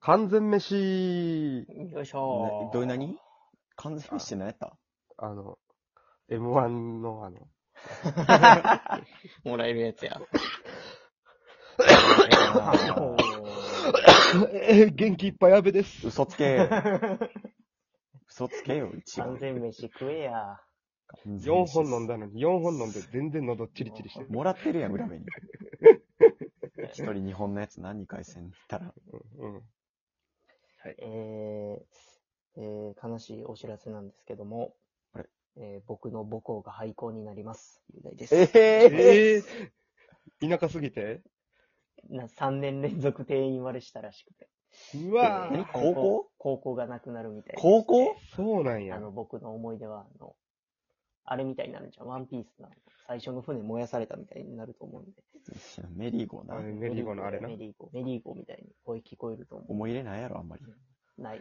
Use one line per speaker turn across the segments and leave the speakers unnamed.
完全飯、
よいし
な
ょー。
どうい う何完全飯って何やった
あの、M1 のあの、
もらえるやつや。
あー
えー元気いっぱい安部です。
嘘つけ。嘘つけよ、一応
完。全飯食えや。
4本飲んだのに、4本飲んで全然喉チリチリしてる。
もらってるやん、裏目に。一人日本のやつ何回せんたら。
うん。
えー、えー、悲しいお知らせなんですけども、
あれ
えー、僕の母校が廃校になります。雄大です。
ええ
えー、田舎すぎて
な3年連続定員割れしたらしくて。
うわ
え
ぁ、
何高校
高校がなくなるみたいです。
高校
そうなんや
あ。の、僕の思い出は、あの、あれみたいになるんじゃん。ワンピースの最初の船燃やされたみたいになると思うんで。
メリーゴー
あ
な。
メリーゴのあれな
メ。リーゴ、メリーゴみたいに声聞こえると思
思い入れないやろ、あんまり。
う。ない。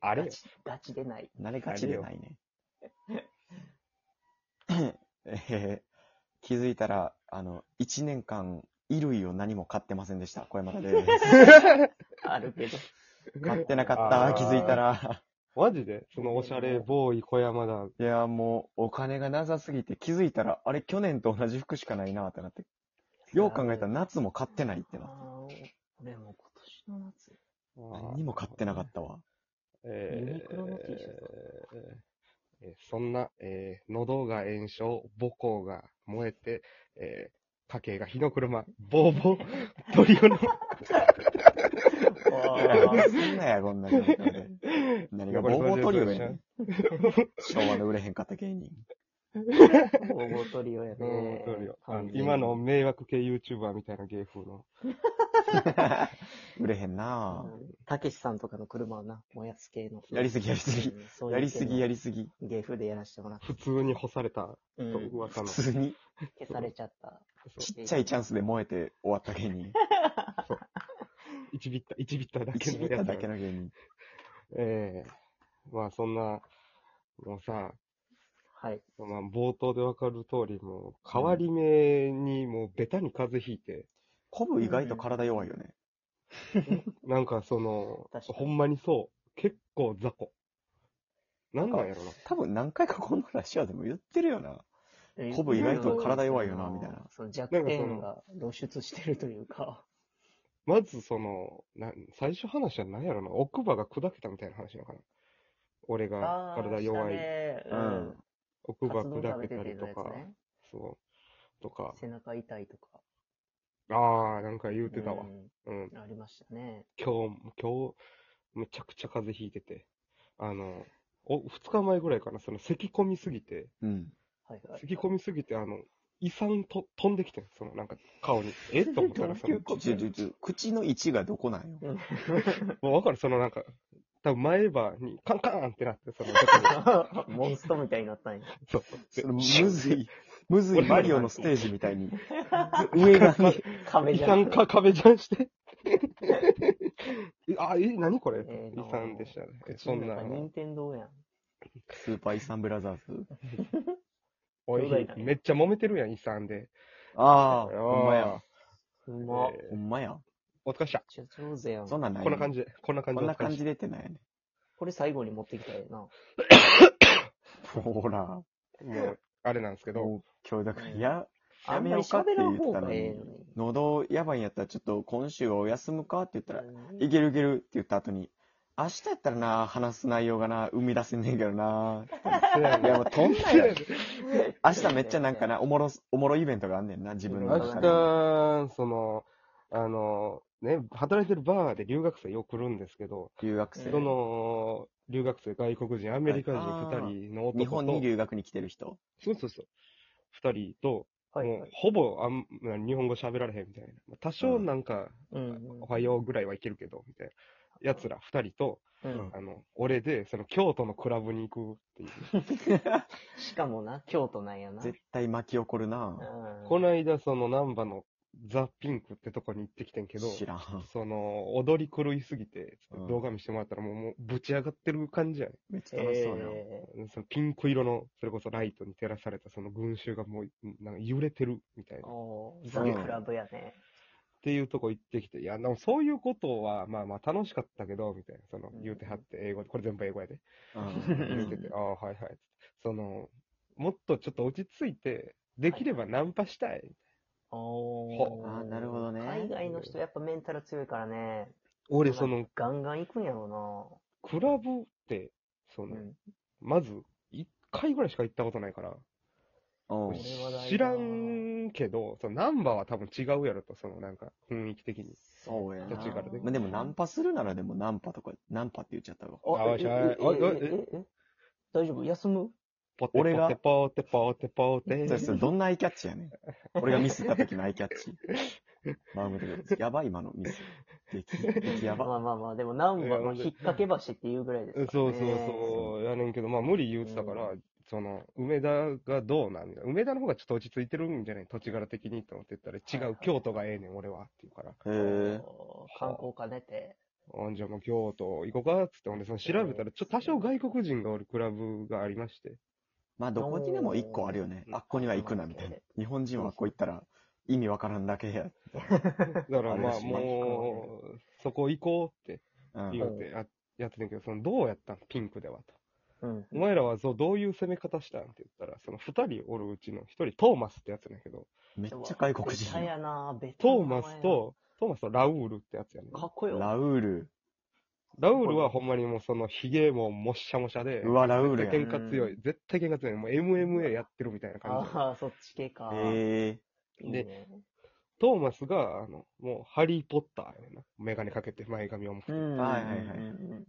あ れ
ガチガチでない。
慣れがちでないね。 えー気づいたら、あの、1年間、衣類を何も買ってませんでした。小山田です。
あるけど。
買ってなかった、
あー
気づいたら。
マジでそのおしゃれボーイ小山だ。
いや、もう、お金がなさすぎて、気づいたら、あれ、去年と同じ服しかないな、ってなって。よう考えたら、夏も買ってないって
あ
な。
ー俺も今年の夏、
何にも買ってなかったわ。
えー
ユニクロの T シャツ
えーそんな、えー喉が炎症、母校が燃えて、えー家計が火の車、ボー ボー、トリオの、
いやそんなや、こんな状況で。何が、ボーボートリオやねん。昭和の売れへんかった芸人。
ボーボートリオや
ボー
ね
ボー。トリオあ
完
の
全に
今の迷惑系 YouTuber みたいな芸風の。
売れへんなぁ。
うんたけしさんとかの車はな、燃やす系の。
やりすぎやりすぎ
うん。そういう
やりすぎや
り。
りすぎ。
芸風でやらせてもらっ
普通に干された
た。う
と
ん
噂の。
普通に、
消されちゃった。
ちっちゃいチャンスで燃えて終わった芸人。
1ビッタ、1ビッタだけ
一
の
ビタ
やつ
だけの芸人。
ええまあそんな、もうさ、
はい。
まあ冒頭でわかる通り、もう変わり目にもうベタに風邪ひいて、
コブ意外と体弱いよね。
なんかその、
確かに
ほんまにそう、結構雑魚。なんなんやろな。
多分何回かこの話はでも言ってるよな。コブ
意外と
体弱いよなみたいな。
その弱点が露出してるというか。
まずその、なん最初話は何やろな。奥歯が砕けたみたいな話なのかな。俺が体弱い。
い
うん。
奥
うん。
歯
カツ丼
砕
食
け
べて
た
て
り
の
と
や
か、
つね。
そう。とか、
背中痛いとか。
ああ、なんか言うてたわ
う。ん
うん。
ありましたね。
今日、今日、めちゃくちゃ風邪ひいてて、あの、お、二日前ぐらいかな、その、咳込みすぎて、
うん。
はいはい。
咳 込みすぎて、あの、胃酸と飛んできてん、その、なんか、顔に。えと思ったら、そ の、
ちょちょちょ口の位置がどこなんよ。
もうわかる、その、なんか、多分前歯にカンカーンってなって、 その、どこに
モンストみたいになったんや。
そう
そのむずい、むずいマリオのステージみたいに、 上がね、
壁
胃
じゃん。
酸か壁じゃん して。えあ、え、何これ
えー
胃
の
酸でしたね。えそんな
か、任天堂やん。
スーパーイサンブラザーズ。
おい
兄弟だね
めっちゃ揉めてるやん、胃酸で。
ああ、
あ
ほんまや。
うまっ。
えー
ほんまや。
お疲れっした。
めっちゃ上手やん。
そんなんない。
こんな感
じ。
じで、こんな感じ
こ
で
ん
お
な
疲れっ
感
した
じでってないね。
これ最後に持ってきたらええな。
ほら。
もう、あれなんですけど、
もう今日だから、や、
あ
や
ん
め
ま
よ
り
うかって
喋ら
言
ん
って
方
たの
がええ
に
のに。
喉やばいんやったらちょっと今週はお休むかって言ったら、
うん
いけるいけるって言った後に、明日やったらな、話す内容がな、生み出せんねんけどな。
せや
いや、
ね
もう飛んなよ。明日めっちゃなんかな、おもろ、おもろイベントがあんねんな、自分 の
明
中で。
日、その、あの、ね、働いてるバーで留学生よく来るんですけど、
留学生
ええ。
その、留学生、外国人、アメリカ人
はいあー
2人の男と、
日本に留学に来てる人。
そうそうそう、2人と、
はい
も
は
う
い。
ほぼあん日本語喋られへんみたいな。多少なんか、
うん
おはようぐらいはいけるけど、みたいな。やつら2人と、
うん。
あの、俺で、その、京都のクラブに行くっていう。
しかもな、京都なんやな。
絶対巻き起こるな。
うん
この間、その、難波のザ・ピンクってとこに行ってきてんけど、
知らん。
その、踊り狂いすぎて
うん、
動画見してもらったらもう、もうぶち上がってる感じやね。
めっちゃ楽しそうやな。
え
そのピンク色の、それこそライトに照らされたその群衆がもう、なんか揺れてるみたい
ー
な。
おーザ・クラブやね。
っていうとこ行ってきて、いや、でもそういうことは、まあまあ楽しかったけど、みたいな、その
うん、
言うてはって、英語で、これ全部英語や で、
うん
言うてて、ああ、はいはい。その、もっとちょっと落ち着いて、できればナンパしたい。
お
あーなるほどね
海外の人やっぱメンタル強いからね。
俺、その、
ガンガン行くんやろ
クラブって、そ
な。
の
う、ん。
まず、一回ぐらいしか行ったことないから、
うん
これは大事
知
だ
らんけど、そのナンバーは多分違うやろと、そのなんか雰囲気的に。
そうやな。
途中からね
まあでもナンパするならでもナンパとか、ナンパって言っちゃったわ。
あ
あ
よ
え
いしょはい
え
おいおい
えええ大丈夫休む
ポテポ
俺が
テポテポテポテ。
それそれどんなアイキャッチやねん。俺がミスった時のアイキャッチ。 マウムでやばい今のミス。でき、できやば。
まあまあまあ、でもナンバーの引っ掛け橋っていうぐらいですからね。
そうそうそう、やねんけど、まあ無理言うてたから、
う
その、梅田がどうなんみたいな。梅田の方がちょっと落ち着いてるんじゃない土地柄的にと思ってったら、違、
はいはいう
京都がええねん、俺は。って言うから。
へえ。
観光兼ねて。
あんじゃあもう京都行こうかっつって、ほんで、その調べたら、ちょっと多少外国人がおるクラブがありまして。
まあどこにでも一個あるよね。
うん
あっこには行くなみたいな。日本人はあっこ行ったら意味わからんだけや。
だからま
あ
あ
れ
もう、そこ行こうって
うん
言うてややってたけど、その、どうやったんピンクではと。
うん。
お前らはそうどういう攻め方したんって言ったら、その二人おるうちの一人、トーマスってやつなんやけど、
めっちゃ外国
ベタ
人や。
やなベタな
ト
名
ー
前
マスと、トーマスとラウールってやつやねん
や。かっこよ。
ラウール。
ラウールはほんまにもうそのヒゲももっしゃもしゃで、
うわ、ラウール
絶
や
対
ん。
喧嘩強い。絶対喧嘩強い。もう MMA やってるみたいな感じ。
ああ、そっち系か。
え
いいね、
トーマスが、あの、もうハリーポッターやねんな。メガネかけて前髪をもって。
うん。
はいはいはい
うん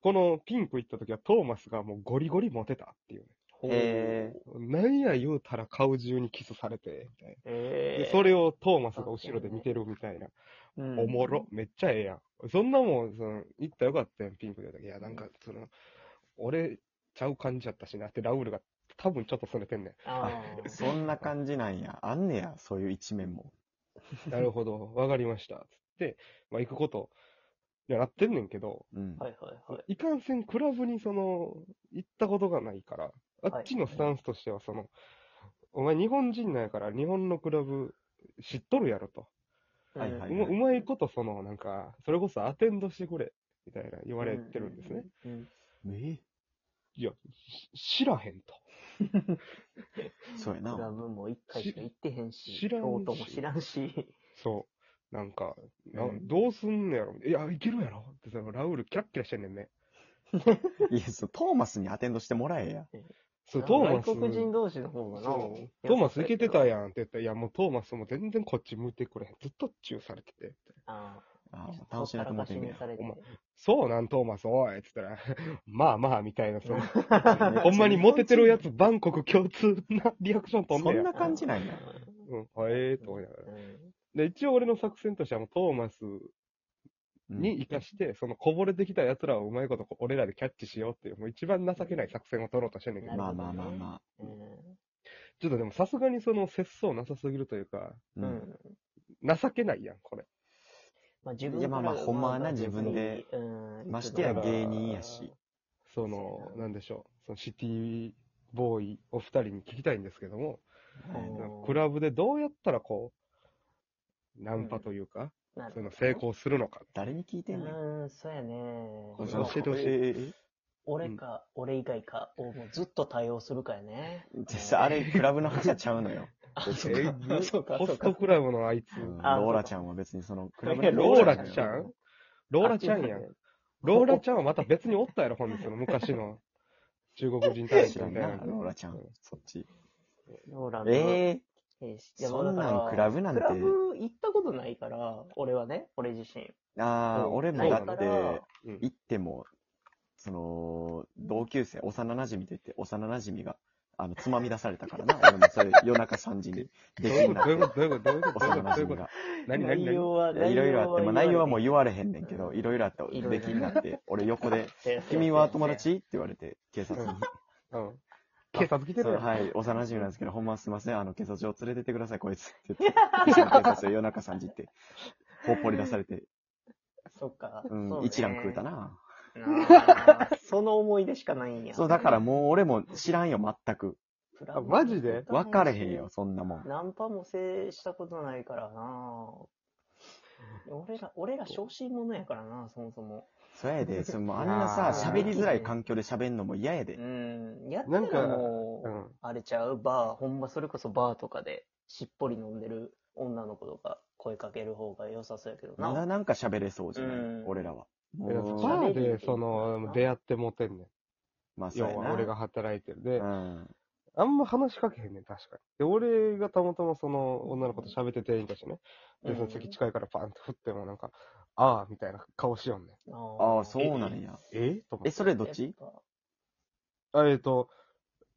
このピンク行った時はトーマスがもうゴリゴリモテたっていう、
ー、え
ね。なんや言うたら顔中にキスされて、みたいな。
え
で
え
それをトーマスが後ろで見てるみたいな。
うん
おもろ、めっちゃええやん。そんなもん、その、行ったらよかったやん、ピンクでいや、なんか、その、俺、ちゃう感じやったしなって、ラウールが、多分ちょっとそれてんね
あ
ー、そんな感じなんや。あんねや、そういう一面も。
ん。なるほど、わかりました。つって、まあ、行くこと、いや、なってんねんけど、
うん
あ。。はいはいはい。
いかんせん、クラブに、その、行ったことがないから、あっちのスタンスとしては、その、お前、日本人なんやから、日本のクラブ、知っとるやろと。
はいはいう
まうまいこと、その、なんか、それこそアテンドしてくれ、みたいな言われてるんですね。
うん。うん
え
いや、し知らへんと。
そうや
クラ
な。
ブも一回しか行ってへんし、
知らんし
京都も知らんし。
そう。なんか、な
うん
どうすんのやろいや、いけるやろって、そのラウールキラッキラしてんねんね。
いや、そう、トーマスにアテンドしてもらえや。
そう、トーマス。
外国人同士の方がな。
そうトーマスいけてたやんって言ったら、いや、もうトーマスも全然こっち向いてくれへん。ずっとチューされてて。
あ
あ
あ
ー楽しなくもてんねや。
お前そうなん、トーマス、おいっつったら、 まあまあ、みたいな、その、 ほんまに
モ
モ
テ
テてるや。つ、バンコク共通なリアクション飛ん
そ
でや
んな感じなんや。
うん、はえーと思いながら。で、一応俺の作戦としては、もうトーマス
うん
に生かして、そのこぼれてきた奴らをうまいことこう俺らでキャッチしようっていう、もう一番情けない作戦を取ろうとしてんねんけど、
まあまあまあま
ちょっとでもさすがにその節操なさすぎるというか、
あ。
う
うんん。。
情けないやん、これ。
まあ自分
いやまあまあ
から
ほんまはな
別に
自分で
うん
ましてや芸人やし。
そ
そう
の
や、な
なんでしょう、そのシティボーイ、お二人に聞きたいんですけども、
うん
クラブでどうやったらこう、ナンパというか、
なる
その成功するのか。
誰に聞いてんねん。
うん、そうやね。
う
教
ん教えてほしい
ええ
俺か、俺以外かをもうずっと対応するかやね。
実際あれ、クラブの話はちゃうのよ。
あ、
そ
そうう
か
か、 そうか、
ホ
そう
ス
か
ト。クラブのあいつ、
うんロ
あ
ーラちゃんは別にその、クラブ
いや
の
ローラ
ん
ちゃんローラちゃんやん。ローラちゃんはまた別におったやろ、ほんで、その昔の中国人大
知
使
ら
み
ん
たい
な
な。、
ローラちゃん。そっち。
ローラの
ええ
兵士。
そんなんク
ブ
ラブなん
ク
て。
ラブ行ったことないから、俺はね、俺自身。
ああ、
うん
俺もだって、
うん
行っても、その、同級生、幼馴染と言って、幼馴染が、あの、つまみ出されたからな。俺もそれ、夜中3時に、
ど
で
う
き
い
ん
う
な
こ
っ
とどういうこ、と
て
どういうことどういうことどうい
幼馴
う
染
こと
が。
何何
内
何
容は、
いやいろいろあって、まあ内容はもう言われへんねんけど、いろいろあった
いろいろ
できんなって、俺 横で、
う
君は友達って言われて、警察に。
うん警察来て
そ
る
う
やん。
はい、幼馴染なんですけど、ほんますいません、あの、警察署連れてってください、こいつって言って。一緒に警察署夜中3時って、ほっぽり出されて、
そっか。
うん、一覧食うた
な。
な。
あーその思い出しかないんや。
そう、だからもう俺も知らんよ、全く。
クラブ
あマジで
分かれへんよ、。そんなもん。
ナンパもせしたことないからな俺ら、俺ら小心者やからな、そもそも。
そう やで、そのもうあんなさ、
あ
ー
喋りづらい環境で喋んのも嫌やで
う。ん。やっ
な
た
んから
も
う
う、
ん。
あれちゃうバー、ほんまそれこそバーとかで、しっぽり飲んでる女の子とか、声かける方が良さそうやけど
まだ
な。
なんか喋れそうじゃな
う
い
ん
俺らは。
え
もう
バー
喋り
で
に、くい
その、出会ってもてんねん。
まあそう
要
や
は
な。
俺が働いてる。で
う、ん。
あんま話しかけへんねん、確かに。で、俺がたまたまその女の子と喋って店員としてね。で、その席近いからパンって振ってもなんか、ああ、みたいな顔しよんねん。
うん
ああ、そうなんや。
えと思
え、
って。
それどっち
あ、えっ、と、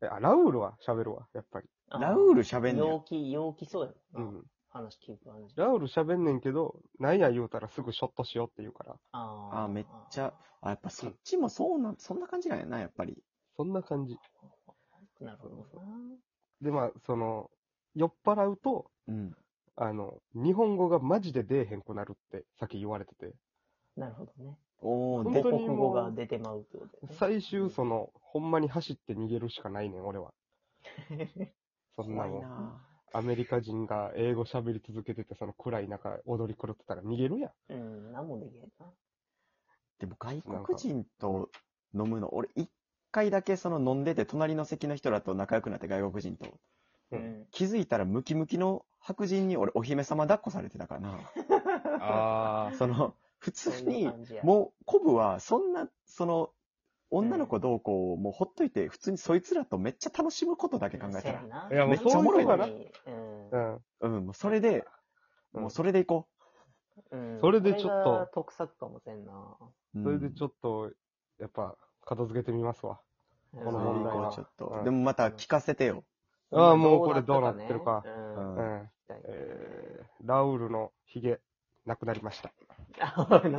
えあ、ラウールは喋るわ、やっぱり。
ラウー
ル
ル喋んね
陽
や。
気、陽気そうや
う
もんな。
ん。
話聞く話。
ラウール喋んねんけど、なんや言うたらすぐショットしようって言うから、
あ
あーめっちゃ。あ、やっぱそっちもそうなん、そんな感じなんやな、やっぱり。
そんな感じ。
なるほどな。
で、まあ、その、酔っ払うと、
うん。
あの、日本語がマジで出えへんくなるって、さっき言われてて、
なるほどね。
おー、
本
で
当
母
に
国
もう
語が出てまうってことね。
最終、その、ほんまに走って逃げるしかないねん、俺は。そんな
怖い
もん。
な
アメリカ人が英語喋り続けてて、その暗い中、踊り狂ってたら逃げるやん。
うん、なんもできへんな。
でも外国人と飲むの、俺一回だけその飲んでて、隣の席の人らと仲良くなって外国人と。
う
うんん。
気づいたらムキムキの白人に俺お姫様抱っこされてたからな。
あ
その、普通
そうい
に
う、感じや
もう、コブは、そんな、その、女の子どうこう、もうほっといて、普通にそいつらとめっちゃ楽しむことだけ考えたら。
いや
もうめっちゃおもろいな
な。
あ。 うん。
うん、もうそれで、
うん
もうそれでいこ
うん。
それでちょっと
こが得策かもしれんな。
う。
それでち
ょ
ょ
っ
っと、やっぱ、片付けてみますわ。
こ
この問題は
ちょっと、
うん
でもまた聞かせてよ。
ああ、もうこれどうなってるか。。
うん。
う
うん
ん。えー、ラウールのヒゲ、なくなりました。
あ